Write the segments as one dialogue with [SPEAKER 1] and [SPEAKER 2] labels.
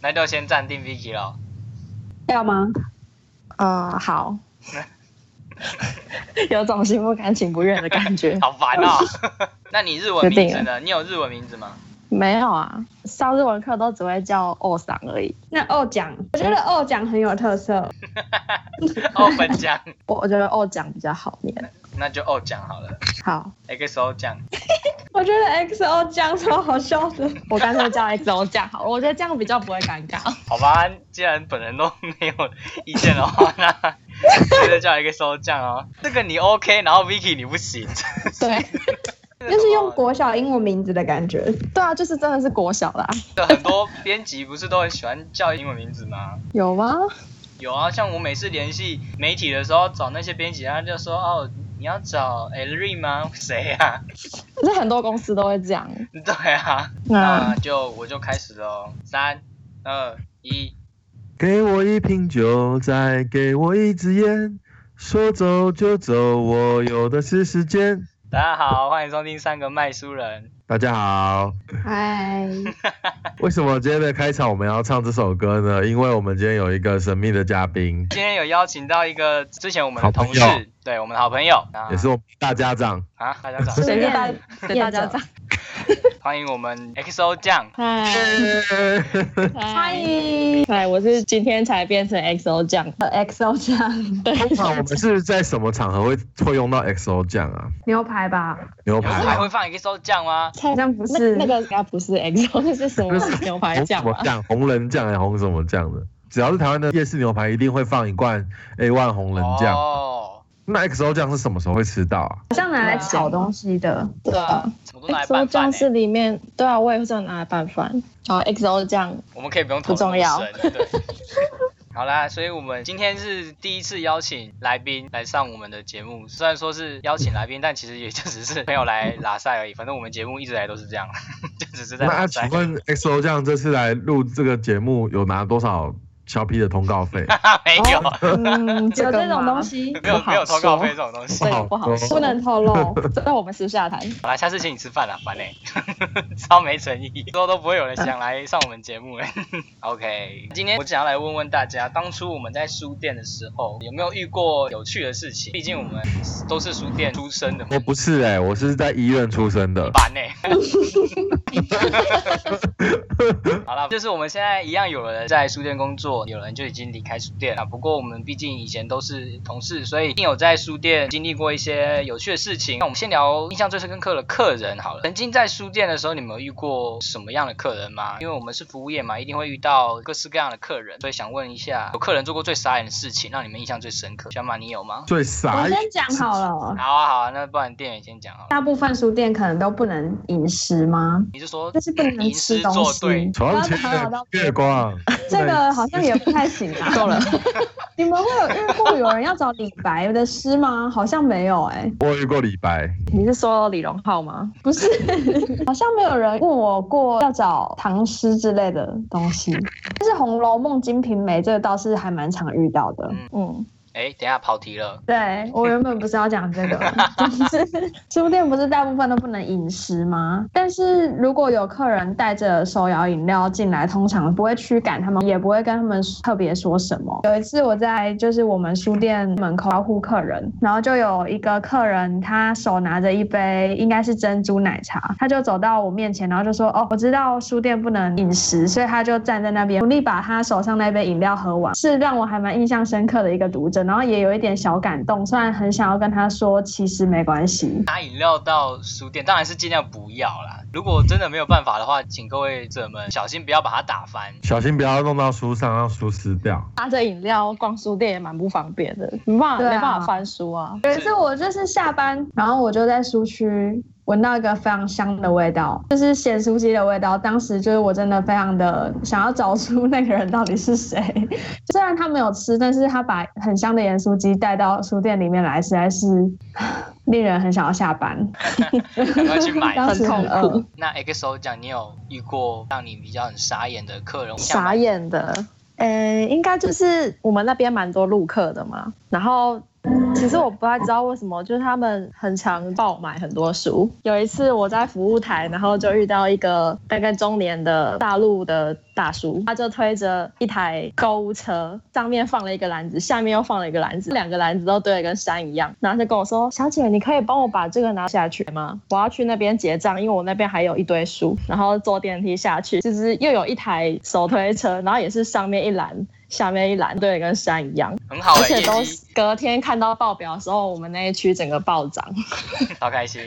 [SPEAKER 1] 那就先暂定 Vicky 了。。
[SPEAKER 2] 要吗？
[SPEAKER 3] 呃， 好，有种心不甘情不愿的感觉
[SPEAKER 1] 好烦啊！ 那你日文名字呢？你有日文名字吗？
[SPEAKER 3] 没有啊，上日文课都只会叫欧桑而已。
[SPEAKER 2] 那二奖，我觉得二奖很有特色。
[SPEAKER 1] 哦，本酱，
[SPEAKER 3] 我我觉得欧奖比较好念。
[SPEAKER 1] 那就哦酱好了
[SPEAKER 3] 好，
[SPEAKER 1] ，XO 酱。
[SPEAKER 2] 我觉得 XO 酱超好笑的。
[SPEAKER 3] 我干脆叫 XO 酱好了，我觉得这样比较不会尴尬。
[SPEAKER 1] 好吧，既然本人都没有意见的话，那 觉得叫一个收酱哦。这个你 OK，然后 Vicky 你不 行，
[SPEAKER 3] 对，
[SPEAKER 2] 就是用国小英文名字的感觉。
[SPEAKER 3] 对啊，就是真的是国小啦、
[SPEAKER 1] 很多编辑不是都很喜欢叫英文名字吗？
[SPEAKER 3] 有吗？
[SPEAKER 1] 有啊，像我每次联系媒体的时候找那些编辑，他就说哦，你要找 Elry 吗？谁啊？
[SPEAKER 3] 可是很多公司都会这样。
[SPEAKER 1] 对啊，那
[SPEAKER 4] 嗯
[SPEAKER 3] 那
[SPEAKER 1] 就我就开始喽，三二一，
[SPEAKER 4] 给我一瓶酒，再给我一支烟，说走就走，我有的是时间。
[SPEAKER 1] 大家好，欢迎收听三个卖书人。
[SPEAKER 4] 大家好，
[SPEAKER 3] 哎
[SPEAKER 2] 嗨，
[SPEAKER 4] 为什么今天的开场我们要唱这首歌呢？因为我们今天有一个神秘的嘉宾，
[SPEAKER 1] 今天有邀请到一个之前我们的
[SPEAKER 4] 好朋
[SPEAKER 1] 同
[SPEAKER 4] 友
[SPEAKER 1] 事，对我们的好朋友，啊
[SPEAKER 4] 也是我们大 家长。
[SPEAKER 1] 啊，大家早，
[SPEAKER 3] 谁是大
[SPEAKER 2] 对
[SPEAKER 3] 谁大家长？
[SPEAKER 1] 欢迎我们 XO 酱。
[SPEAKER 3] 嗨
[SPEAKER 2] 欢
[SPEAKER 3] 嗨
[SPEAKER 2] 迎
[SPEAKER 3] 嗨，我是今天才变成 XO 酱。
[SPEAKER 2] XO 酱
[SPEAKER 4] 通常我们是在什么场合会会用到 XO 酱啊？
[SPEAKER 2] 牛排吧？
[SPEAKER 4] 牛
[SPEAKER 1] 有时还
[SPEAKER 4] 排、
[SPEAKER 1] 会放 XO 酱吗？
[SPEAKER 3] 好
[SPEAKER 2] 像不是
[SPEAKER 3] 那那个应该不是 XO，那是什么牛
[SPEAKER 1] 啊
[SPEAKER 3] 排
[SPEAKER 4] 红什
[SPEAKER 3] 酱啊
[SPEAKER 4] 么
[SPEAKER 3] 吧？
[SPEAKER 4] 酱、红人酱还是红什么酱的？只要是台湾的夜市牛排，一定会放一罐 A one 红人酱。
[SPEAKER 1] 哦，
[SPEAKER 4] 那 XO 酱是什么时候会吃到啊？
[SPEAKER 2] 好像拿来炒东西的。
[SPEAKER 3] 对啊
[SPEAKER 1] 我都拿来
[SPEAKER 3] ，XO
[SPEAKER 1] 拌饭
[SPEAKER 3] 酱是
[SPEAKER 1] 欸。
[SPEAKER 3] 里面，对啊，我也会这样拿来拌饭。哦然后 XO 酱，
[SPEAKER 1] 我们可以不用讨
[SPEAKER 3] 不重
[SPEAKER 1] 论
[SPEAKER 3] 要
[SPEAKER 1] 那么深对。 好啦，所以我们今天是第一次邀请来宾来上我们的节目，虽然说是邀请来宾，但其实也就只是朋友来拉塞而已。反正我们节目一直来都是这样， 就只
[SPEAKER 2] 啊
[SPEAKER 1] 是在
[SPEAKER 4] 那
[SPEAKER 1] 拉
[SPEAKER 4] 请
[SPEAKER 1] 塞。
[SPEAKER 4] 问 XO 酱这次来录这个节目有拿多少小 P 的通 告费？
[SPEAKER 1] 没有，
[SPEAKER 3] 嗯，
[SPEAKER 2] 有
[SPEAKER 3] 个
[SPEAKER 2] 这种
[SPEAKER 3] 吗
[SPEAKER 2] 东，西，
[SPEAKER 1] 没有
[SPEAKER 3] 不好
[SPEAKER 1] 没有通告
[SPEAKER 3] 说
[SPEAKER 1] 费这种东西。
[SPEAKER 3] 这个不好
[SPEAKER 4] 不好
[SPEAKER 3] 说，
[SPEAKER 4] 说
[SPEAKER 2] 不能 透露。
[SPEAKER 3] 这个我们私下谈。
[SPEAKER 1] 好啦，下次请你吃饭啦，烦嘞、欸 超没诚意，之后都不会有人想来上我们节目了。OK，今天我想要来问问大家，当初我们在书店的时候有没有遇过有趣的事情？毕竟我们都是书店出身的嘛
[SPEAKER 4] 我，不是哎、我是在医院出生的。
[SPEAKER 1] 烦嘞、好了，就是我们现在一样有人在书店工作，有人就已经离开书店了。不过我们毕竟以前都是同事，所以一定有在书店经历过一些有趣的事情。那我们先聊印象最深刻的客人好了。曾经在书店的时候，你们有遇过什么样的客人吗？因为我们是服务业嘛，一定会遇到各式各样的客人，所以想问一下，有客人做过最傻眼的事情，让你们印象最深刻？小马，你有吗？
[SPEAKER 4] 最
[SPEAKER 2] 我
[SPEAKER 4] 傻眼
[SPEAKER 2] 先讲好了，
[SPEAKER 1] 好啊，好啊，那不然店员先讲好了。
[SPEAKER 2] 大部分书店可能都不能饮食吗？
[SPEAKER 1] 你是说
[SPEAKER 2] 就是不能
[SPEAKER 1] 吟诗
[SPEAKER 2] 吃东
[SPEAKER 1] 作对
[SPEAKER 2] 西？。
[SPEAKER 4] 床前月光，
[SPEAKER 2] 这个好像也不太行啊。
[SPEAKER 3] 够了，
[SPEAKER 2] 你们会有遇过有人要找李白的诗吗？好像没有哎、
[SPEAKER 4] 我遇过李白，
[SPEAKER 3] 你是说李荣浩吗？
[SPEAKER 2] 不 是，好像没有人问我过要找唐诗之类的东西。但是《红楼梦》《金瓶梅》这个倒是还蛮常遇到的。
[SPEAKER 1] 嗯
[SPEAKER 3] 嗯，
[SPEAKER 1] 哎，等一下跑题了。
[SPEAKER 2] 对我原本不是要讲这 个，就是书店不是大部分都不能饮食吗？但是如果有客人带着手摇饮料进来，通常不会驱赶他们，也不会跟他们特别说什么。有一次我在就是我们书店门口招呼客人，然后就有一个客人他手拿着一杯应该是珍珠奶茶，他就走到我面前，然后就说：“哦，我知道书店不能饮食，所以他就站在那边努力把他手上那杯饮料喝完，是让我还蛮印象深刻的一个读者，然后也有一点小感动，虽然很想要跟他说其实没关系。
[SPEAKER 1] 拿饮料到书店，当然是尽量不要啦。如果真的没有办法的话，请各位者们小心不要把它打翻。
[SPEAKER 4] 小心不要弄到书上，让书湿掉。
[SPEAKER 3] 拿着饮料逛书店也蛮不方便的，没办法，
[SPEAKER 2] 对啊
[SPEAKER 3] 没办法翻书啊。
[SPEAKER 2] 有一次我就是下班，然后我就在书区。闻到一个非常香的味道，就是咸酥鸡的味道。当时就是我真的非常的想要找出那个人到底是谁。 虽然他没有吃，但是他把很香的盐酥鸡带到书店里面来，实在是 令人很想要下班。
[SPEAKER 1] 赶快去 买
[SPEAKER 2] 当时很
[SPEAKER 3] 很痛苦
[SPEAKER 2] 饿。
[SPEAKER 1] 那 XO 讲，你有遇过让你比较很傻眼的客人？
[SPEAKER 3] 傻眼的，呃、应该就是我们那边蛮多陆客的嘛，然后其实我不太知道为什么，就是他们很常爆买很多书。有一次我在服务台，然后就遇到一个大概中年的大陆的大叔，他就推着一台购物车，上面放了一个篮子，下面又放了一个篮子，两个篮子都堆得跟山一样。然后就跟我说：“小姐，你可以帮我把这个拿下去吗？我要去那边结账，因为我那边还有一堆书。”然后坐电梯下去，就是又有一台手推车，然后也是上面一栏。下面一栏堆得跟山一样，
[SPEAKER 1] 很好
[SPEAKER 3] 而
[SPEAKER 1] 的
[SPEAKER 3] 且
[SPEAKER 1] 业
[SPEAKER 3] 都
[SPEAKER 1] 绩
[SPEAKER 3] 是，隔天看到报表的时候，我们那一区整个暴涨。
[SPEAKER 1] 好开心。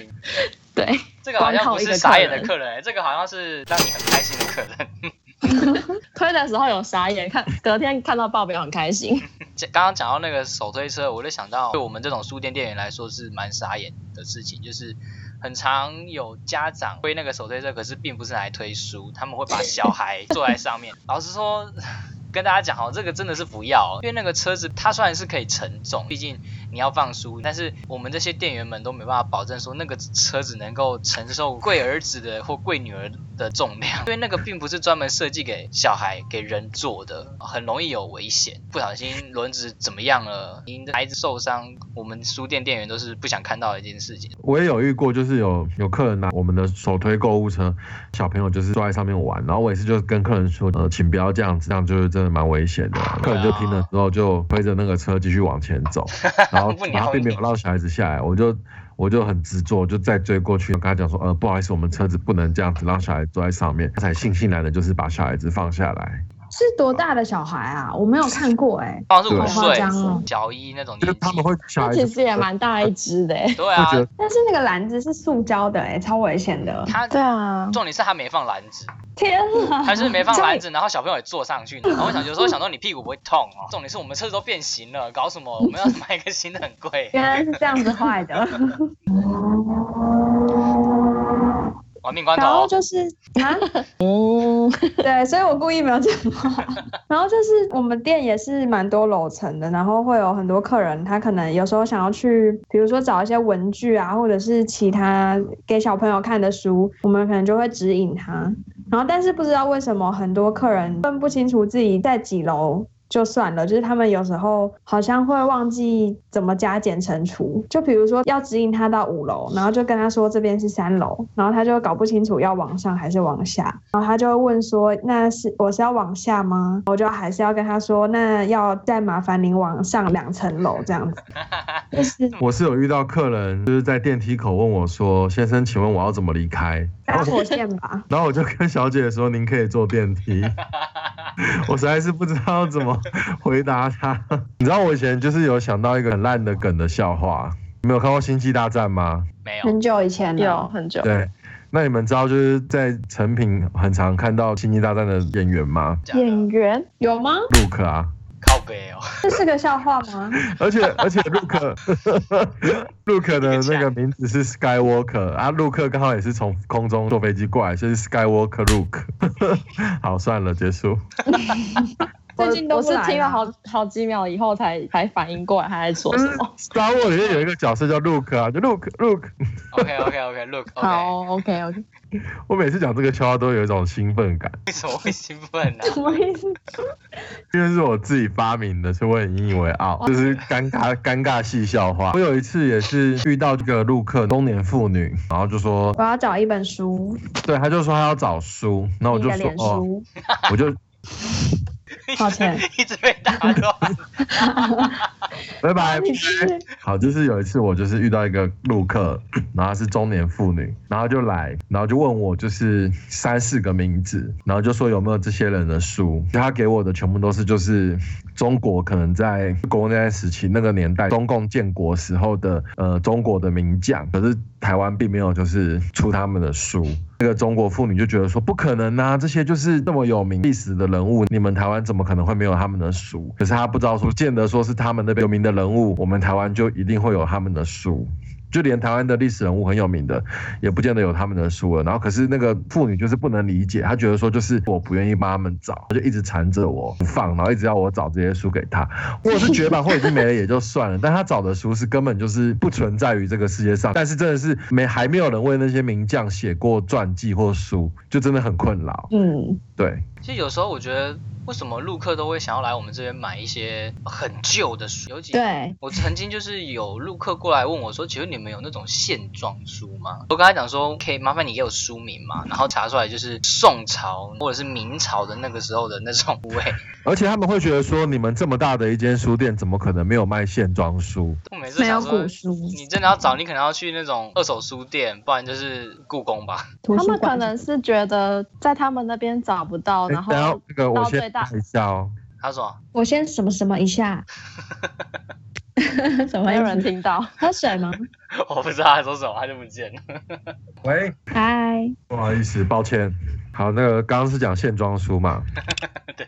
[SPEAKER 3] 对，
[SPEAKER 1] 这个好像
[SPEAKER 3] 光
[SPEAKER 1] 不
[SPEAKER 3] 靠一
[SPEAKER 1] 是
[SPEAKER 3] 个
[SPEAKER 1] 傻眼
[SPEAKER 3] 客
[SPEAKER 1] 的
[SPEAKER 3] 人
[SPEAKER 1] 客人、欸这个好像是让你很开心的客人。
[SPEAKER 3] 推的时候有傻眼，看隔天看到报表很开心。
[SPEAKER 1] 讲刚刚讲到那个手推车，我就想到对我们这种书店店员来说是蛮傻眼的事情，就是很常有家长推那个手推车，可是并不是拿来推书，他们会把小孩坐在上面。老实说，跟大家讲哦，这个真的是不要哦，因为那个车子它虽然是可以承重，毕竟你要放书，但是我们这些店员们都没办法保证说那个车子能够承受贵儿子的或贵女儿的重量， 因为那个并不是专门设计给小孩给人坐的，很容易有危险，不小心轮子怎么样了，您的孩子受伤，我们书店店员都是不想看到的一件事情。
[SPEAKER 4] 我也有遇过，就是有有客人拿我们的手推购物车，小朋友就是坐在上面玩，然后我也是就跟客人说，呃，请不要这样子，这样就是真的蛮危险的、客人就听了之后就推着那个车继续往前走，然后
[SPEAKER 1] 不鸟你
[SPEAKER 4] 然后并没有让小孩子下来，我就我就很执着，就再追过去，我跟他讲说，呃，不好意思，我们车子不能这样子让小孩坐在上面，他才悻悻然的就是把小孩子放下来，
[SPEAKER 2] 是多大的小孩啊？我没有看过哎、
[SPEAKER 1] 好像是
[SPEAKER 4] 对
[SPEAKER 1] 五
[SPEAKER 2] 好夸
[SPEAKER 1] 岁
[SPEAKER 2] 张哦，
[SPEAKER 1] 小一那种
[SPEAKER 4] 哎
[SPEAKER 1] 年
[SPEAKER 4] 就是
[SPEAKER 1] 纪，
[SPEAKER 4] 他们会小
[SPEAKER 3] 它
[SPEAKER 4] 孩
[SPEAKER 3] 其
[SPEAKER 4] 子
[SPEAKER 3] 实也蛮大一只的、欸。
[SPEAKER 1] 对
[SPEAKER 4] 会
[SPEAKER 1] 啊
[SPEAKER 4] 觉，得
[SPEAKER 2] 但是那个篮子是塑胶的哎、超危险的。
[SPEAKER 1] 他
[SPEAKER 3] 对啊，
[SPEAKER 1] 重点是他没放篮子，
[SPEAKER 3] 天啊！
[SPEAKER 1] 他是没放篮子，然后小朋友也坐上去，然后我想有时
[SPEAKER 2] 嗯
[SPEAKER 1] 候想说你屁股不会痛哦，重点是我们车子都变形了，搞什么？我们要买一个新的很贵。
[SPEAKER 2] 原来是这样子坏的，
[SPEAKER 1] 玩命关
[SPEAKER 2] 然后
[SPEAKER 1] 头，
[SPEAKER 2] 就是啊，
[SPEAKER 3] 嗯，
[SPEAKER 2] 对，所以我故意没有讲话。然后就是我们店也是蛮多楼层的，然后会有很多客人，他可能有时候想要去，比如说找一些文具啊，或者是其他给小朋友看的书，我们可能就会指引他。然后但是不知道为什么很多客人分不清楚自己在几楼。就算了，就是他们有时候好像会忘记怎么加减乘除，就比如说要指引他到五楼，然后就跟他说这边是三楼，然后他就搞不清楚要往上还是往下，然后他就会问说那是我是要往下吗？我就还是要跟他说那要再麻烦您往上两层楼这
[SPEAKER 4] 哦
[SPEAKER 2] 样子，就是
[SPEAKER 4] 我是有遇到客人就是在电梯口问我说：“先生，请问我要怎么离开
[SPEAKER 2] 搭火线吧？”。
[SPEAKER 4] 然后我就跟小姐说：“您可以坐电梯。” 我实在是不知道怎么回答她。你知道我以前就是有想到一个很烂的梗的笑话，你们有看过《星际大战》吗？
[SPEAKER 1] 没有。
[SPEAKER 2] 很久以前
[SPEAKER 3] 有
[SPEAKER 2] 了，
[SPEAKER 3] 很久。
[SPEAKER 4] 对。那你们知道就是在成品很常看到《星际大战》的演员吗
[SPEAKER 1] 假的
[SPEAKER 2] 嗯
[SPEAKER 3] 演员
[SPEAKER 2] 有吗？
[SPEAKER 4] ？Look 啊，
[SPEAKER 1] 靠背哦，
[SPEAKER 2] 这是个笑话 吗？
[SPEAKER 4] 而且 而且 Look，Look 的那个名字是 Skywalker 啊，Look 刚好也是从空中坐飞机过来，所以是 Skywalker Look。好， 算了，结束。
[SPEAKER 2] 最近都
[SPEAKER 3] 我
[SPEAKER 2] 不
[SPEAKER 3] 是
[SPEAKER 2] 来
[SPEAKER 3] 听了
[SPEAKER 2] 了
[SPEAKER 3] 好好几秒以后才才反应过来他在说
[SPEAKER 1] 嗯
[SPEAKER 4] 就是
[SPEAKER 3] 什么。
[SPEAKER 4] Star Wars 里面有一个角色叫 Look 啊，就 Look Look。
[SPEAKER 1] OK OK OK Look OK，
[SPEAKER 3] 好，OK OK，
[SPEAKER 4] 我每次讲这个笑话都有一种兴奋感，
[SPEAKER 1] 为什么会兴奋呢、啊
[SPEAKER 2] 什么意 思？
[SPEAKER 4] 因为是我自己发明的，所以我很引以为傲，就是尴尬尴尬系笑话。我有一次也是遇到这个陆克中年妇女，然后就说，
[SPEAKER 2] 我要找一本书，
[SPEAKER 4] 对，她就说她要找书，那我
[SPEAKER 2] 你
[SPEAKER 4] 就
[SPEAKER 2] 的
[SPEAKER 4] 说
[SPEAKER 2] 脸
[SPEAKER 4] 哦，
[SPEAKER 2] 书，
[SPEAKER 4] 我就
[SPEAKER 2] 抱歉
[SPEAKER 1] 一直被打断。
[SPEAKER 4] 拜拜。
[SPEAKER 2] 哦你不是
[SPEAKER 4] 好，就是有一次我就是遇到一个路客， 然后她是中年妇女，然后就来，然后就问我就是三四个名字，然后就说有没有这些人的书，就他给我的全部都是就是中国可能在国内时期那个年代，中共建国时候的呃中国的名将，可是台湾并没有就是出他们的书。那个中国妇女就觉得说不可能啊，这些就是那么有名历史的人物，你们台湾怎么可能会没有他们的书？可是她不知道说，不见得说是他们那边有名的人物，我们台湾就一定会有他们的书。就连台湾的历史人物很有名的，也不见得有他们的书了。然后可是那个妇女就是不能理解，她觉得说就是我不愿意帮他们找，她就一直缠着我不放，然后一直要我找这些书给她。或者是绝版或已经没了也就算了，但她找的书是根本就是不存在于这个世界上。但 是真的是没还没有人为那些名将写过传记或书，就真的很困扰。
[SPEAKER 3] 嗯，
[SPEAKER 4] 对，
[SPEAKER 1] 其实有时候我觉得为什么陆客都会想要来我们这边买一些很旧的书？尤其
[SPEAKER 2] 对，
[SPEAKER 1] 我曾经就是有陆客过来问我说：“请问你们有那种现装书吗？”我跟他讲说：“可以麻烦你给我书名嘛。”然后查出来就是宋朝或者是明朝的那个时候的那种味。
[SPEAKER 4] 而且他们会觉得说，你们这么大的一间书店，怎么可能没有卖现装书？
[SPEAKER 1] 我每次
[SPEAKER 2] 没有
[SPEAKER 1] 想
[SPEAKER 2] 古
[SPEAKER 1] 说，
[SPEAKER 2] 书，
[SPEAKER 1] 你真的要找，你可能要去那种二手书店，不然就是故宫吧。
[SPEAKER 2] 图
[SPEAKER 3] 他
[SPEAKER 2] 书
[SPEAKER 3] 们可
[SPEAKER 2] 馆
[SPEAKER 3] 能是觉得在他们那边找不到，
[SPEAKER 4] 哎
[SPEAKER 3] 然
[SPEAKER 4] 等一下
[SPEAKER 3] 后
[SPEAKER 4] 那个我
[SPEAKER 3] 到
[SPEAKER 4] 先
[SPEAKER 3] 最大
[SPEAKER 4] 看一下哦。
[SPEAKER 1] 他说
[SPEAKER 2] 我先什么什么一下，什么意
[SPEAKER 3] 没有
[SPEAKER 2] 思
[SPEAKER 3] 人听 到。
[SPEAKER 2] 喝水吗？：“
[SPEAKER 1] 我不知道他说什么，他就不见了。
[SPEAKER 4] 喂，
[SPEAKER 2] 嗨，
[SPEAKER 4] 不好意思，抱歉。好，那个刚刚是讲现装书嘛？
[SPEAKER 1] 对。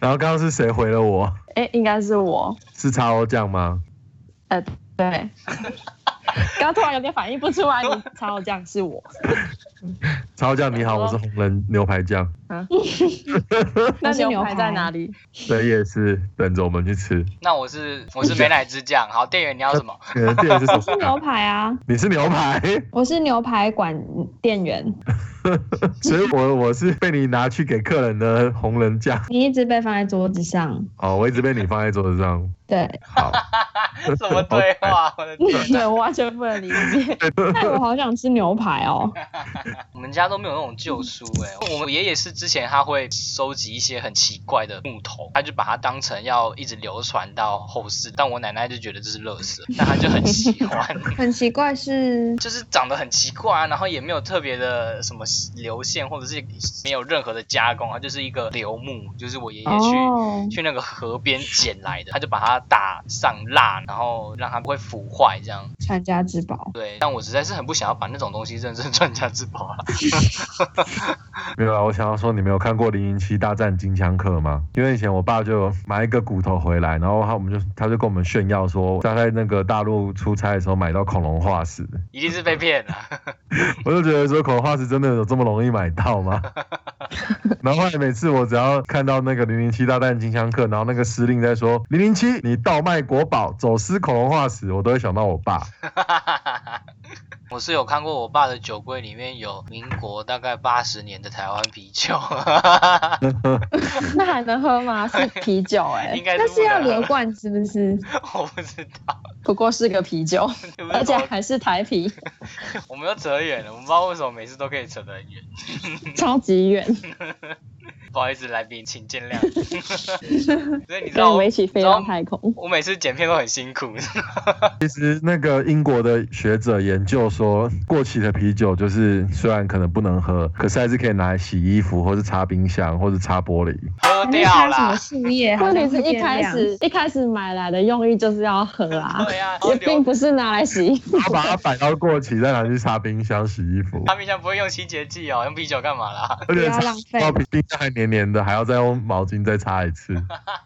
[SPEAKER 4] 然后刚刚是谁回了我？
[SPEAKER 3] 哎，应该是我，
[SPEAKER 4] 是叉 O 酱吗？
[SPEAKER 3] 对。刚突然有点反应不出来，你查我酱是我。
[SPEAKER 4] 叉 O 酱你好，我是红人牛排酱，
[SPEAKER 3] 那
[SPEAKER 2] 我是
[SPEAKER 3] 牛
[SPEAKER 2] 牛
[SPEAKER 3] 排
[SPEAKER 2] 排
[SPEAKER 3] 在哪里？
[SPEAKER 4] 在夜市等着我们去吃。
[SPEAKER 1] 那我是我是美乃滋酱。好，店员你要什么？
[SPEAKER 4] 你的店是什
[SPEAKER 2] 是
[SPEAKER 4] 么
[SPEAKER 2] 牛？排啊，
[SPEAKER 4] 你是牛排，
[SPEAKER 2] 我是牛排馆店员，
[SPEAKER 4] 所以我我是被你拿去给客人的红人酱。
[SPEAKER 2] 你一直被放在桌子上，
[SPEAKER 4] 哦，我一直被你放在桌子上。
[SPEAKER 2] 对，
[SPEAKER 4] 好，
[SPEAKER 1] 什么对话？我的天！
[SPEAKER 3] 对，我完全不能理 解。
[SPEAKER 2] 但我好想吃牛排哦，
[SPEAKER 1] 我们家都没有那种旧书哎、我们爷爷是之前他会收集一些很奇怪的木头，他就把它当成要一直流传到后世，但我奶奶就觉得这是垃圾，但他就很喜欢，
[SPEAKER 2] 很奇怪是，
[SPEAKER 1] 就是长得很奇怪啊，然后也没有特别的什么流线，或者是没有任何的加工，它就是一个流木，就是我爷爷去。
[SPEAKER 2] 哦，
[SPEAKER 1] 去那个河边捡来的，他就把它打上蜡，然后让它不会腐坏，这样
[SPEAKER 2] 传家之 宝，
[SPEAKER 1] 对。但我实在是很不想要把那种东西认真传家之宝啊。
[SPEAKER 4] 没有啊，我想要说，你没有看过《零零七大战金枪客》吗？因为以前我爸就买一个骨头回来，然后他我们就他就跟我们炫耀说，他在那个大陆出差的时候买到恐龙化石，
[SPEAKER 1] 一定是被骗了。
[SPEAKER 4] 我就觉得说恐龙化石真的有这么容易买到 吗？然后后来每次我只要看到那个《零零七大战金枪客》，然后那个司令在说“零零七，你盗卖国宝，走私恐龙化石”，我都会想到我爸。
[SPEAKER 1] 我是有看过我爸的酒柜里面有民国大概八十年的台湾啤酒，
[SPEAKER 3] 那还能喝吗？是啤酒 哎、
[SPEAKER 1] 应该
[SPEAKER 2] 那是要
[SPEAKER 1] 不能
[SPEAKER 2] 留
[SPEAKER 1] 喝，
[SPEAKER 2] 罐是不是？
[SPEAKER 1] 我不知道，
[SPEAKER 3] 不过是个啤酒，
[SPEAKER 1] 对不哦
[SPEAKER 3] 而且
[SPEAKER 1] 对？
[SPEAKER 3] 还是台啤，
[SPEAKER 1] 我们又扯远了，我们不知道为什么每次都可以扯得很远，
[SPEAKER 3] 超级远，
[SPEAKER 1] 不好意思，来宾请见谅。 所以你知
[SPEAKER 3] 跟
[SPEAKER 1] 道
[SPEAKER 3] 我
[SPEAKER 1] 我
[SPEAKER 3] 们一起飞到太空。
[SPEAKER 1] 我每次剪片都很辛苦，
[SPEAKER 4] 其实那个英国的学者研究说，过期的啤酒就是虽然可能不能喝，可是还是可以拿来洗衣服，或是擦冰箱，或是擦玻璃。
[SPEAKER 1] 喝
[SPEAKER 2] 还是
[SPEAKER 1] 掉
[SPEAKER 2] 它什么
[SPEAKER 1] 啦。
[SPEAKER 2] 树叶？ 好
[SPEAKER 3] 问
[SPEAKER 2] 像
[SPEAKER 3] 题是
[SPEAKER 2] 会
[SPEAKER 3] 一
[SPEAKER 2] 变
[SPEAKER 3] 开
[SPEAKER 2] 亮
[SPEAKER 3] 始一开始买来的用意就是要喝啊，
[SPEAKER 1] 对呀、啊，
[SPEAKER 3] 也并不是拿来洗 衣服。
[SPEAKER 4] 他把它摆到过期，再拿去擦冰箱、洗衣服，
[SPEAKER 1] 他冰箱不会用清洁剂哦，用啤酒干嘛啦？
[SPEAKER 4] 而
[SPEAKER 2] 不
[SPEAKER 4] 且
[SPEAKER 2] 要
[SPEAKER 4] 擦
[SPEAKER 2] 浪费
[SPEAKER 4] 到冰箱还黏黏的，还要再用毛巾再擦一 次。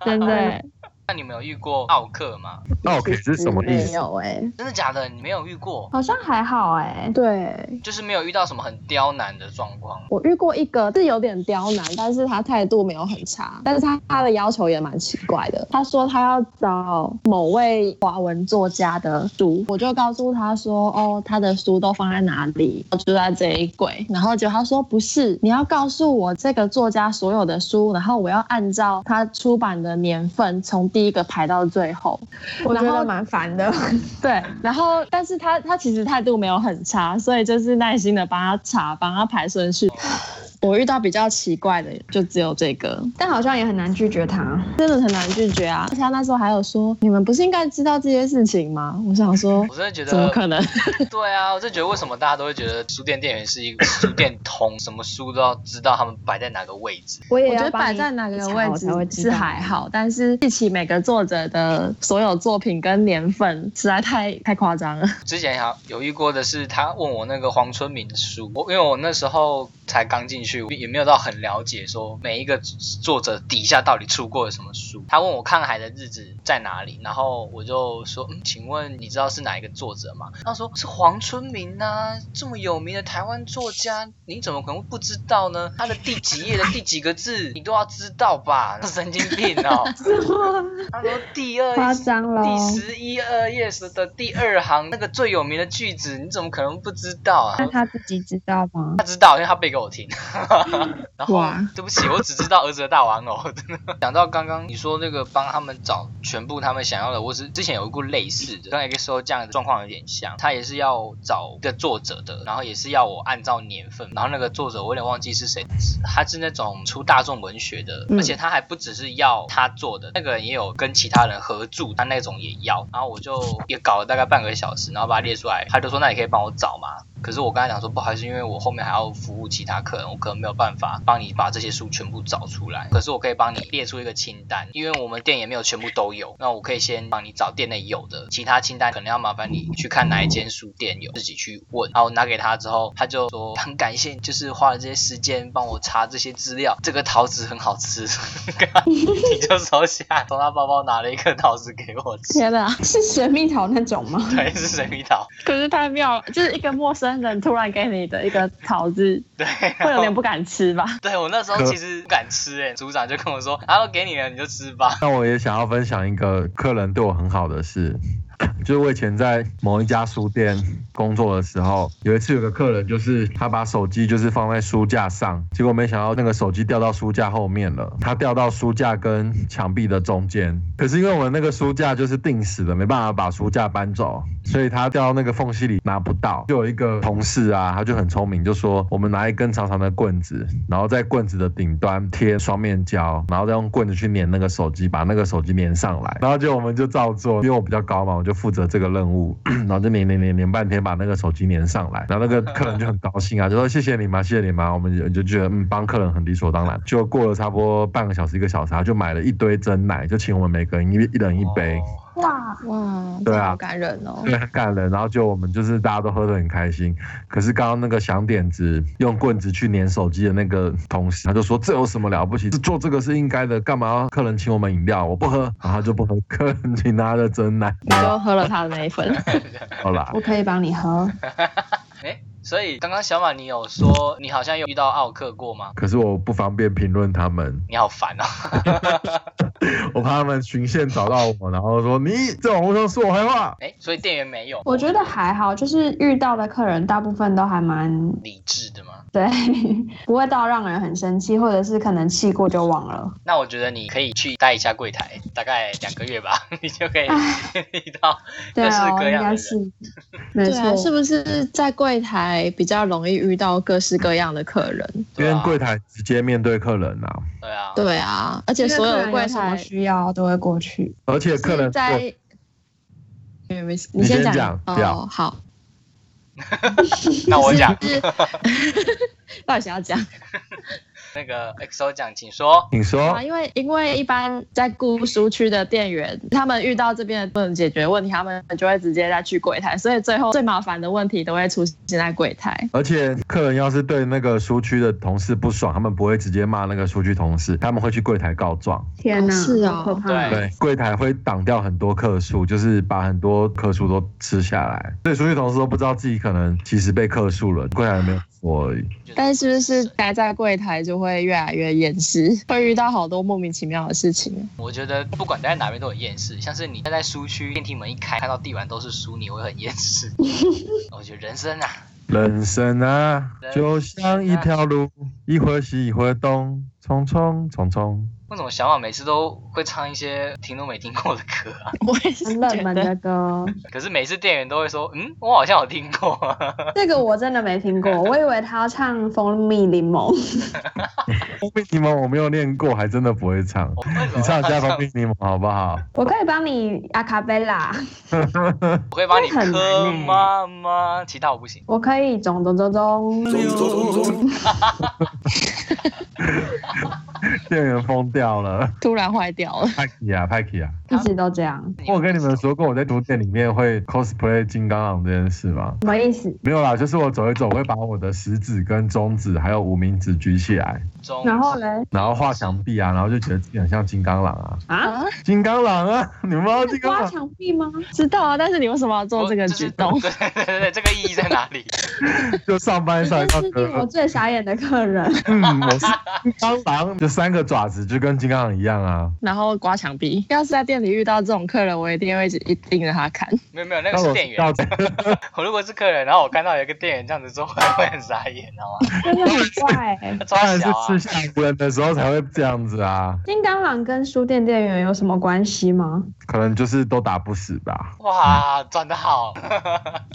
[SPEAKER 2] 真的，
[SPEAKER 1] 那你们有遇过奥克吗？
[SPEAKER 4] 那 OK 是什么意
[SPEAKER 3] 没
[SPEAKER 4] 思？
[SPEAKER 3] 有哎、
[SPEAKER 1] 真的假的？你没有遇过，
[SPEAKER 2] 欸好像还好哎、
[SPEAKER 3] 对
[SPEAKER 1] 就是没有遇到什么很刁难的状况。
[SPEAKER 3] 我遇过一个是有点刁难，但是他态度没有很差，但是他他的要求也蛮奇怪的。他说他要找某位华文作家的书，我就告诉他说，哦，他的书都放在哪里？就在这一柜。然后结果他说不是，你要告诉我这个作家所有的书，然后我要按照他出版的年份从第一个排到最后。
[SPEAKER 2] 我觉
[SPEAKER 3] 然后
[SPEAKER 2] 得蛮烦的。
[SPEAKER 3] 对，然后但是他他其实态度没有很差，所以就是耐心的帮他查，帮他排顺序。 我遇到比较奇怪的就只有这个，
[SPEAKER 2] 但好像也很难拒绝他。
[SPEAKER 3] 真的很难拒绝啊。而且他那时候还有说，你们不是应该知道这些事情吗？我想说
[SPEAKER 1] 我，真的觉得
[SPEAKER 3] 怎么可能？
[SPEAKER 1] 对啊，我就觉得为什么大家都会觉得书店店员是一个书店通，什么书都要知道他们摆在哪个位置。
[SPEAKER 2] 我也
[SPEAKER 3] 我觉
[SPEAKER 2] 要
[SPEAKER 3] 得
[SPEAKER 2] 啊帮
[SPEAKER 3] 摆
[SPEAKER 2] 你
[SPEAKER 3] 在哪个
[SPEAKER 2] 查
[SPEAKER 3] 位
[SPEAKER 2] 我
[SPEAKER 3] 置
[SPEAKER 2] 才会知
[SPEAKER 3] 是
[SPEAKER 2] 道
[SPEAKER 3] 还好，但是记起每个作者的所有作品跟年份，实在太太夸张了。
[SPEAKER 1] 之前有有遇过的是，他问我那个黄春明的书，我因为我那时候才刚进去，也没有到很了解说每一个作者底下到底出过了什么书。他问我《看海的日子》在哪里，然后我就说，嗯，请问你知道是哪一个作者吗？他说是黄春明呐、这么有名的台湾作家，你怎么可能会不知道呢？他的第几页的第几个字你都要知道吧？ 神经病哦！他说第二
[SPEAKER 2] 夸张咯
[SPEAKER 1] 第十一二页的第二行那个最有名的句子，你怎么可能不知道啊
[SPEAKER 2] 嗯那？他自己知道吗？
[SPEAKER 1] 他知道，因为他背给我听。然后
[SPEAKER 3] 哇
[SPEAKER 1] 对不起，我只知道儿子的大玩偶。 真的，讲到刚刚你说那个帮他们找全部他们想要的，我只之前有过类似的，跟 XO 这样的状况有点像。他也是要找一个作者的，然后也是要我按照年份，然后那个作者我有点忘记是谁，他是那种出大众文学的，
[SPEAKER 3] 嗯
[SPEAKER 1] 而且他还不只是要他做的，那个人也有跟其他人合著，他那种也要。然后我就也搞了大概半个小时，然后把它列出来，他就说那你可以帮我找嘛。可是我跟他讲说不好意思，因为我后面还要服务其他客人，我可能没有办法帮你把这些书全部找出来。可是我可以帮你列出一个清单，因为我们店也没有全部都有，那我可以先帮你找店内有的，其他清单可能要麻烦你去看哪一间书店有，自己去问。然后我拿给他之后，他就说很感谢，就是花了这些时间帮我查这些资料，这个桃子很好吃， 你就收下，从他包包拿了一颗桃子给我吃。
[SPEAKER 3] 天哪！
[SPEAKER 2] 是神秘桃那种吗？
[SPEAKER 1] 对，是水蜜桃。
[SPEAKER 3] 可是太妙了，就是一个陌生人突然给你的一个桃子，
[SPEAKER 1] 对，
[SPEAKER 3] 会有点不敢吃吧？
[SPEAKER 1] 对我那时候其实不敢吃、欸，组长就跟我说，他说给你了，你就吃吧。
[SPEAKER 4] 那我也想要分享一个客人对我很好的事， 就是我以前在某一家书店工作的时候，有一次有个客人就是他把手机就是放在书架上，结果没想到那个手机掉到书架后面了，他掉到书架跟墙壁的中间。可是因为我们那个书架就是定死的，没办法把书架搬走，所以他掉到那个缝隙里拿不到。就有一个同事啊，他就很聪明，就说我们拿一根长长的棍子，然后在棍子的顶端贴双面胶，然后再用棍子去粘那个手机，把那个手机粘上来。然后就我们就照做，因为我比较高嘛，我就负责这个任务， 然后就粘粘粘粘半天，把那个手机粘上来。然后那个客人就很高兴啊，就说谢谢你嘛，谢谢你嘛。我们就就觉得嗯，帮客人很理所当然。就过了差不多半个小时一个小时啊，他就买了一堆真奶，就请我们每个人一一人一杯。
[SPEAKER 1] 哦
[SPEAKER 2] 哇，
[SPEAKER 3] 哇，
[SPEAKER 4] 对啊
[SPEAKER 3] 好感人哦！
[SPEAKER 4] 对，很感人。然后就我们就是大家都喝得很开心。可是刚刚那个响点子用棍子去粘手机的那个同事，他就说这有什么了不起？做这个是应该的，干嘛要客人请我们饮料？我不喝，然后他就不喝，客人请他的真奶。
[SPEAKER 3] 你就喝了他的那一份，
[SPEAKER 4] 好啦，
[SPEAKER 2] 我可以帮你 喝。
[SPEAKER 1] 哎，所以刚刚小马你有说你好像有遇到奥克过吗？
[SPEAKER 4] 可是我不方便评论他们，
[SPEAKER 1] 你好烦哦。
[SPEAKER 4] 我怕他们循线找到我，然后说你在网络上说我坏话。
[SPEAKER 1] 哎，所以店员没有，
[SPEAKER 2] 我觉得还好，就是遇到的客人大部分都还蛮
[SPEAKER 1] 理智的嘛。
[SPEAKER 2] 对， 不会到让人很生气，或者是可能气过就忘了。
[SPEAKER 1] 那我觉得你可以去待一下柜台，大概两个月吧， 你就可以遇到
[SPEAKER 2] 对啊，
[SPEAKER 1] 各式
[SPEAKER 2] 我
[SPEAKER 1] 各
[SPEAKER 2] 应
[SPEAKER 1] 样的
[SPEAKER 2] 该
[SPEAKER 1] 人
[SPEAKER 2] 是， 没
[SPEAKER 3] 对啊，
[SPEAKER 2] 错，
[SPEAKER 3] 是不是在柜台比较容易遇到各式各样的客人？
[SPEAKER 4] 因
[SPEAKER 1] 对
[SPEAKER 4] 为
[SPEAKER 1] 啊
[SPEAKER 4] 柜台直接面对客人啊，
[SPEAKER 1] 对啊，
[SPEAKER 3] 对啊，而且
[SPEAKER 2] 因为
[SPEAKER 3] 所
[SPEAKER 2] 客
[SPEAKER 3] 有
[SPEAKER 2] 人
[SPEAKER 3] 的
[SPEAKER 2] 有
[SPEAKER 3] 柜
[SPEAKER 2] 什么
[SPEAKER 3] 台
[SPEAKER 2] 需要都会过去。
[SPEAKER 4] 而且客
[SPEAKER 3] 是
[SPEAKER 4] 人
[SPEAKER 3] 在。你
[SPEAKER 4] 你
[SPEAKER 3] 先
[SPEAKER 4] 先
[SPEAKER 3] 讲
[SPEAKER 4] 讲不要
[SPEAKER 3] 哦，好，
[SPEAKER 1] 那我 讲
[SPEAKER 3] 就是到底想要讲
[SPEAKER 1] 那个 XO 讲，请说。
[SPEAKER 4] 你说
[SPEAKER 3] 啊？因为因为一般在顾书区的店员，他们遇到这边的不能解决问题，他们就会直接再去柜台，所以最后最麻烦的问题都会出现在柜台。
[SPEAKER 4] 而且客人要是对那个书区的同事不爽，他们不会直接骂那个书区同事，他们会去柜台告状。
[SPEAKER 2] 天哪，
[SPEAKER 3] 哦是
[SPEAKER 2] 好
[SPEAKER 3] 哦
[SPEAKER 2] 可怕。
[SPEAKER 1] 对
[SPEAKER 4] 对，柜台会挡掉很多客诉，就是把很多客诉都吃下来。所以书区同事都不知道自己可能其实被客诉了，柜台没有说而已。
[SPEAKER 3] 但是是不是待在柜台就会越来越厌世，会遇到好多莫名其妙的事情？
[SPEAKER 1] 我觉得不管待在哪边都很厌世，像是你在书区电梯门一开，看到地板都是书，你会很厌 世。我觉得人生啊，
[SPEAKER 4] 人生啊，
[SPEAKER 1] 人
[SPEAKER 4] 就像一条路，一会西一会东，匆匆匆匆。
[SPEAKER 1] 为什么小马每次都会唱一些听都没听过的歌啊？
[SPEAKER 3] 我也是
[SPEAKER 2] 很
[SPEAKER 3] 觉
[SPEAKER 2] 冷
[SPEAKER 3] 得
[SPEAKER 2] 门 的歌，
[SPEAKER 1] 可是每次店员都会说，嗯，我好像有听过。啊
[SPEAKER 2] 这个我真的没听过，我以为他要唱《蜂蜜 柠檬》，
[SPEAKER 4] 蜂蜜柠檬我没有练过，还真的不会唱。
[SPEAKER 1] 我为什么
[SPEAKER 4] 你哦唱一下
[SPEAKER 1] 要
[SPEAKER 4] 蜂蜜柠檬好不好？
[SPEAKER 2] 我可以帮你阿卡贝拉，
[SPEAKER 1] 我可以帮你
[SPEAKER 2] 这很难
[SPEAKER 1] 磕
[SPEAKER 2] 欸
[SPEAKER 1] 妈妈，其他我不行。
[SPEAKER 2] 我可以咚咚咚咚。
[SPEAKER 4] 店员疯掉了，
[SPEAKER 3] 突然坏掉了。
[SPEAKER 4] 派克啊，派克啊！
[SPEAKER 2] 一直都这样，
[SPEAKER 4] 我有跟你们说过我在书店里面会 cosplay 金刚狼这件事吗？
[SPEAKER 2] 什么意思？
[SPEAKER 4] 没有啦，就是我走一走，我会把我的食指跟中指还有无名指举起来，
[SPEAKER 1] 中，
[SPEAKER 2] 然后嘞，
[SPEAKER 4] 然后画墙壁啊，然后就觉得自己很像金刚狼啊，
[SPEAKER 2] 啊，
[SPEAKER 4] 金刚狼啊，你们不知道金刚
[SPEAKER 2] 挖
[SPEAKER 4] 狼？
[SPEAKER 2] 墙壁吗？
[SPEAKER 3] 知道啊，但哦是你为什么要做这个举动？
[SPEAKER 1] 对对对对，这个意义在哪里？
[SPEAKER 4] 就上班上一
[SPEAKER 2] 这
[SPEAKER 4] 到啊
[SPEAKER 2] 是令我
[SPEAKER 4] 的，
[SPEAKER 2] 最傻眼的客人，
[SPEAKER 4] 嗯，我是金刚狼，就三个爪子就跟金刚狼一样啊。
[SPEAKER 3] 然后刮墙壁。要是在店里遇到这种客人，我一定会一直一盯着他看。
[SPEAKER 1] 没有没有，那
[SPEAKER 4] 那
[SPEAKER 1] 个
[SPEAKER 4] 我
[SPEAKER 1] 是店员。
[SPEAKER 4] 到
[SPEAKER 1] 我如果是客人，然后我看到有一个店员这样子做， 我会很傻眼，知道吗？
[SPEAKER 2] 真的很怪、欸。
[SPEAKER 1] 他
[SPEAKER 4] 当
[SPEAKER 1] 抓
[SPEAKER 4] 然
[SPEAKER 1] 小啊
[SPEAKER 4] 是吃！下无人的时候才会这样子啊，
[SPEAKER 2] 金刚狼跟书店店员有什么关系吗？
[SPEAKER 4] 可能就是都打不死吧。
[SPEAKER 1] 哇，转得好！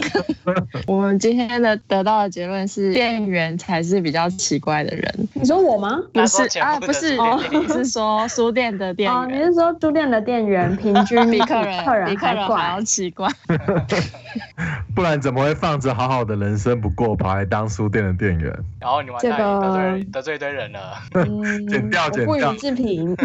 [SPEAKER 3] 我们今天的得到的结论是，店员才是比较奇怪的人，
[SPEAKER 2] 你说我吗？
[SPEAKER 1] 那
[SPEAKER 3] 不
[SPEAKER 1] 时候
[SPEAKER 3] 是
[SPEAKER 1] 全
[SPEAKER 3] 啊，
[SPEAKER 1] 部都
[SPEAKER 3] 不
[SPEAKER 1] 是
[SPEAKER 3] 是，
[SPEAKER 1] 店
[SPEAKER 2] 员
[SPEAKER 3] 你是说书店的店
[SPEAKER 2] 哦，你
[SPEAKER 3] 员。
[SPEAKER 2] 是说书店的店 员平均
[SPEAKER 3] 比
[SPEAKER 2] 比
[SPEAKER 3] 客人
[SPEAKER 2] 客
[SPEAKER 3] 比
[SPEAKER 2] 人
[SPEAKER 3] 客
[SPEAKER 2] 还
[SPEAKER 3] 人还 要
[SPEAKER 2] 怪？
[SPEAKER 3] 奇怪，
[SPEAKER 4] 不然怎么会放着好好的人生不过，跑来当书店的店员？
[SPEAKER 1] 然后你完蛋，
[SPEAKER 2] 这个
[SPEAKER 1] 得罪得罪一堆人了。
[SPEAKER 2] 嗯
[SPEAKER 4] 剪掉
[SPEAKER 2] 我
[SPEAKER 4] 剪
[SPEAKER 2] 不
[SPEAKER 4] 掉
[SPEAKER 2] 予置评。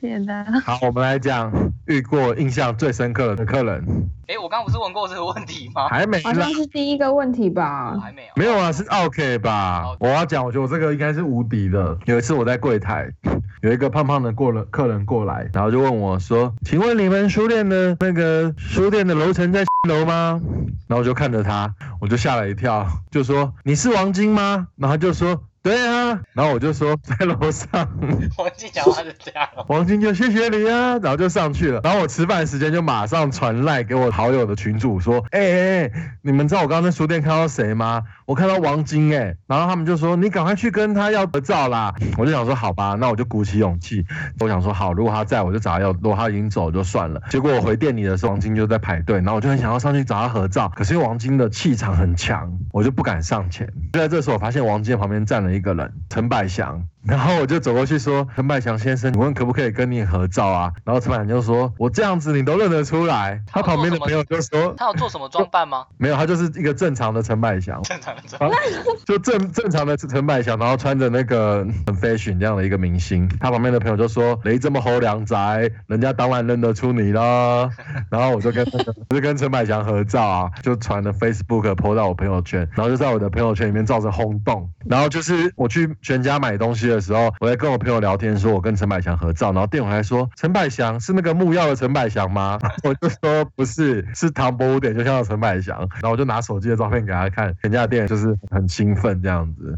[SPEAKER 3] 天哪！
[SPEAKER 4] 好，我们来讲遇过印象最深刻的客人，
[SPEAKER 1] 哎，我刚刚不是问过这个问题吗？
[SPEAKER 4] 还没
[SPEAKER 2] 好
[SPEAKER 4] 啦
[SPEAKER 2] 像，是第一个问题吧
[SPEAKER 1] 我。 还没有。
[SPEAKER 4] 没有啊，是 OK 吧？我要讲，我觉得我这个应该是无敌的。有一次我在柜台， 有一个胖胖的过了客人过来，然后就问我说：“请问你们书店的那个书店的楼层在 楼吗？”然后我就看着他，我就吓了一跳，就说：“你是王晶吗？”然后他就说。对啊，然后我就说 在楼上，
[SPEAKER 1] 我进讲话是这样哦。
[SPEAKER 4] 王晶就谢谢你啊，然后就上去了。然后我吃饭时间就马上传赖给我好友的群主说，哎哎哎，你们知道我刚刚在书店看到谁吗？我看到王晶哎、然后他们就说你赶快去跟他要合照啦。我就想说好吧，那我就鼓起勇气，我想说好，如果他在我就找他要，如果他已经走就算了。结果我回店里的时候，王晶就在排队，然后我就很想要上去找他合照，可是因为王晶的气场很强，我就不敢上前。就在这时候，我发现王晶旁边站了一个人，陈百祥。然后我就走过去说：“陈百祥先生，你问可不可以跟你合照啊？”然后陈百祥就说：“我这样子你都认得出来？”他旁边的朋友就说
[SPEAKER 1] 他有做什么装扮吗？：“
[SPEAKER 4] 没有，他就是一个正常的陈百祥。”
[SPEAKER 1] 正常的装扮。
[SPEAKER 4] 然后就正正常的陈百祥，然后穿着那个很 fashion 这样的一个明星，他旁边的朋友就说：“雷这么猴良宅，人家当然认得出你啦。”然后我就跟那个 我就跟陈百祥合照啊，就传了 Facebook po 到我朋友圈，然后就在我的朋友圈里面造成轰动。然后就是我去全家买东西的时候，我在跟我朋友聊天，说我跟陈百祥合照，然后店员还说：“陈百祥是那个木曜的陈百祥吗？” 我就说：“不是，是唐伯虎点秋香的陈百祥。”然后我就拿手机的照片给他看，全家的店员就是很兴奋这样子。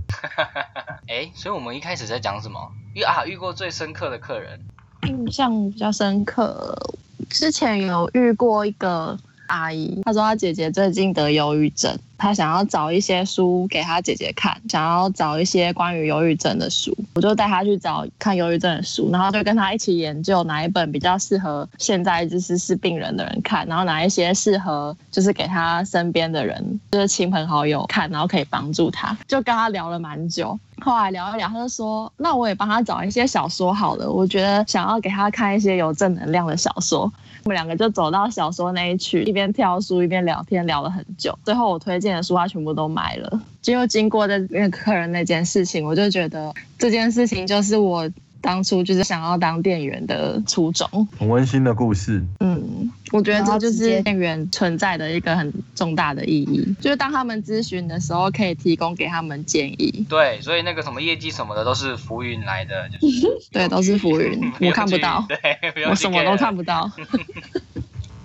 [SPEAKER 1] 哎，所以我们一开始在讲什么？遇啊，遇过最深刻的客人，
[SPEAKER 3] 印象比较深刻，之前有遇过一个阿姨，她说她姐姐最近得忧郁症，她想要找一些书给她姐姐看，想要找一些关于忧郁症的书，我就带她去找看忧郁症的书，然后就跟她一起研究哪一本比较适合现在就是是病人的人看，然后哪一些适合就是给她身边的人，就是亲朋好友看，然后可以帮助她，就跟她聊了蛮久，后来聊一聊，他就说：“那我也帮他找一些小说好了，我觉得想要给他看一些有正能量的小说。”我们两个就走到小说那一区，一边挑书一边聊天，聊了很久。最后我推荐的书他全部都买了。就经过的那个客人那件事情，我就觉得这件事情就是我当初就是想要当店员的初衷。
[SPEAKER 4] 很温馨的故事，
[SPEAKER 3] 嗯，我觉得这就
[SPEAKER 2] 然后直接
[SPEAKER 3] 是店员存在的一个很重大的意义，就是当他们咨询的时候，可以提供给他们建议。
[SPEAKER 1] 对，所以那个什么业绩什么的都是浮云来的，就是
[SPEAKER 3] 对，都是浮云，
[SPEAKER 1] 用
[SPEAKER 3] 我看不
[SPEAKER 1] 去
[SPEAKER 3] 到。
[SPEAKER 1] 对， 不用
[SPEAKER 3] 我
[SPEAKER 1] 去
[SPEAKER 3] 什么
[SPEAKER 1] care
[SPEAKER 3] 都看不到。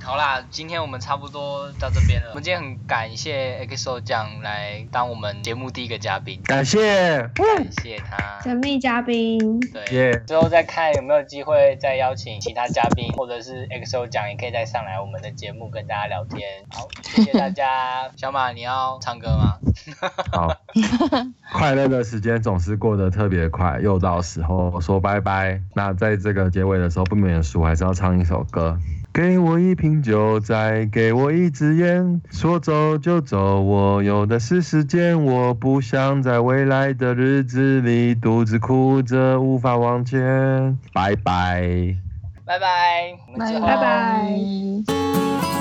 [SPEAKER 1] 好啦，今天我们差不多到这边了。我们今天很感谢 XO 酱来当我们节目第一个嘉宾，
[SPEAKER 4] 感谢
[SPEAKER 1] 感谢他。
[SPEAKER 2] 神秘嘉宾，
[SPEAKER 1] 对，
[SPEAKER 4] 耶
[SPEAKER 1] 之后再看有没有机会再邀请其他嘉宾，或者是 XO 酱也可以再上来我们的节目跟大家聊天。好，谢谢大家。小马，你要唱歌吗？
[SPEAKER 4] 好，快乐的时间总是过得特别快，又到时候说拜拜。那在这个结尾的时候，不免俗还是要唱一首歌。给我一瓶酒，再给我一支烟，说走就走，我有的是时间。我不想在未来的日子里独自哭着无法往前。拜拜。
[SPEAKER 1] 拜拜，我们之后
[SPEAKER 2] 拜拜。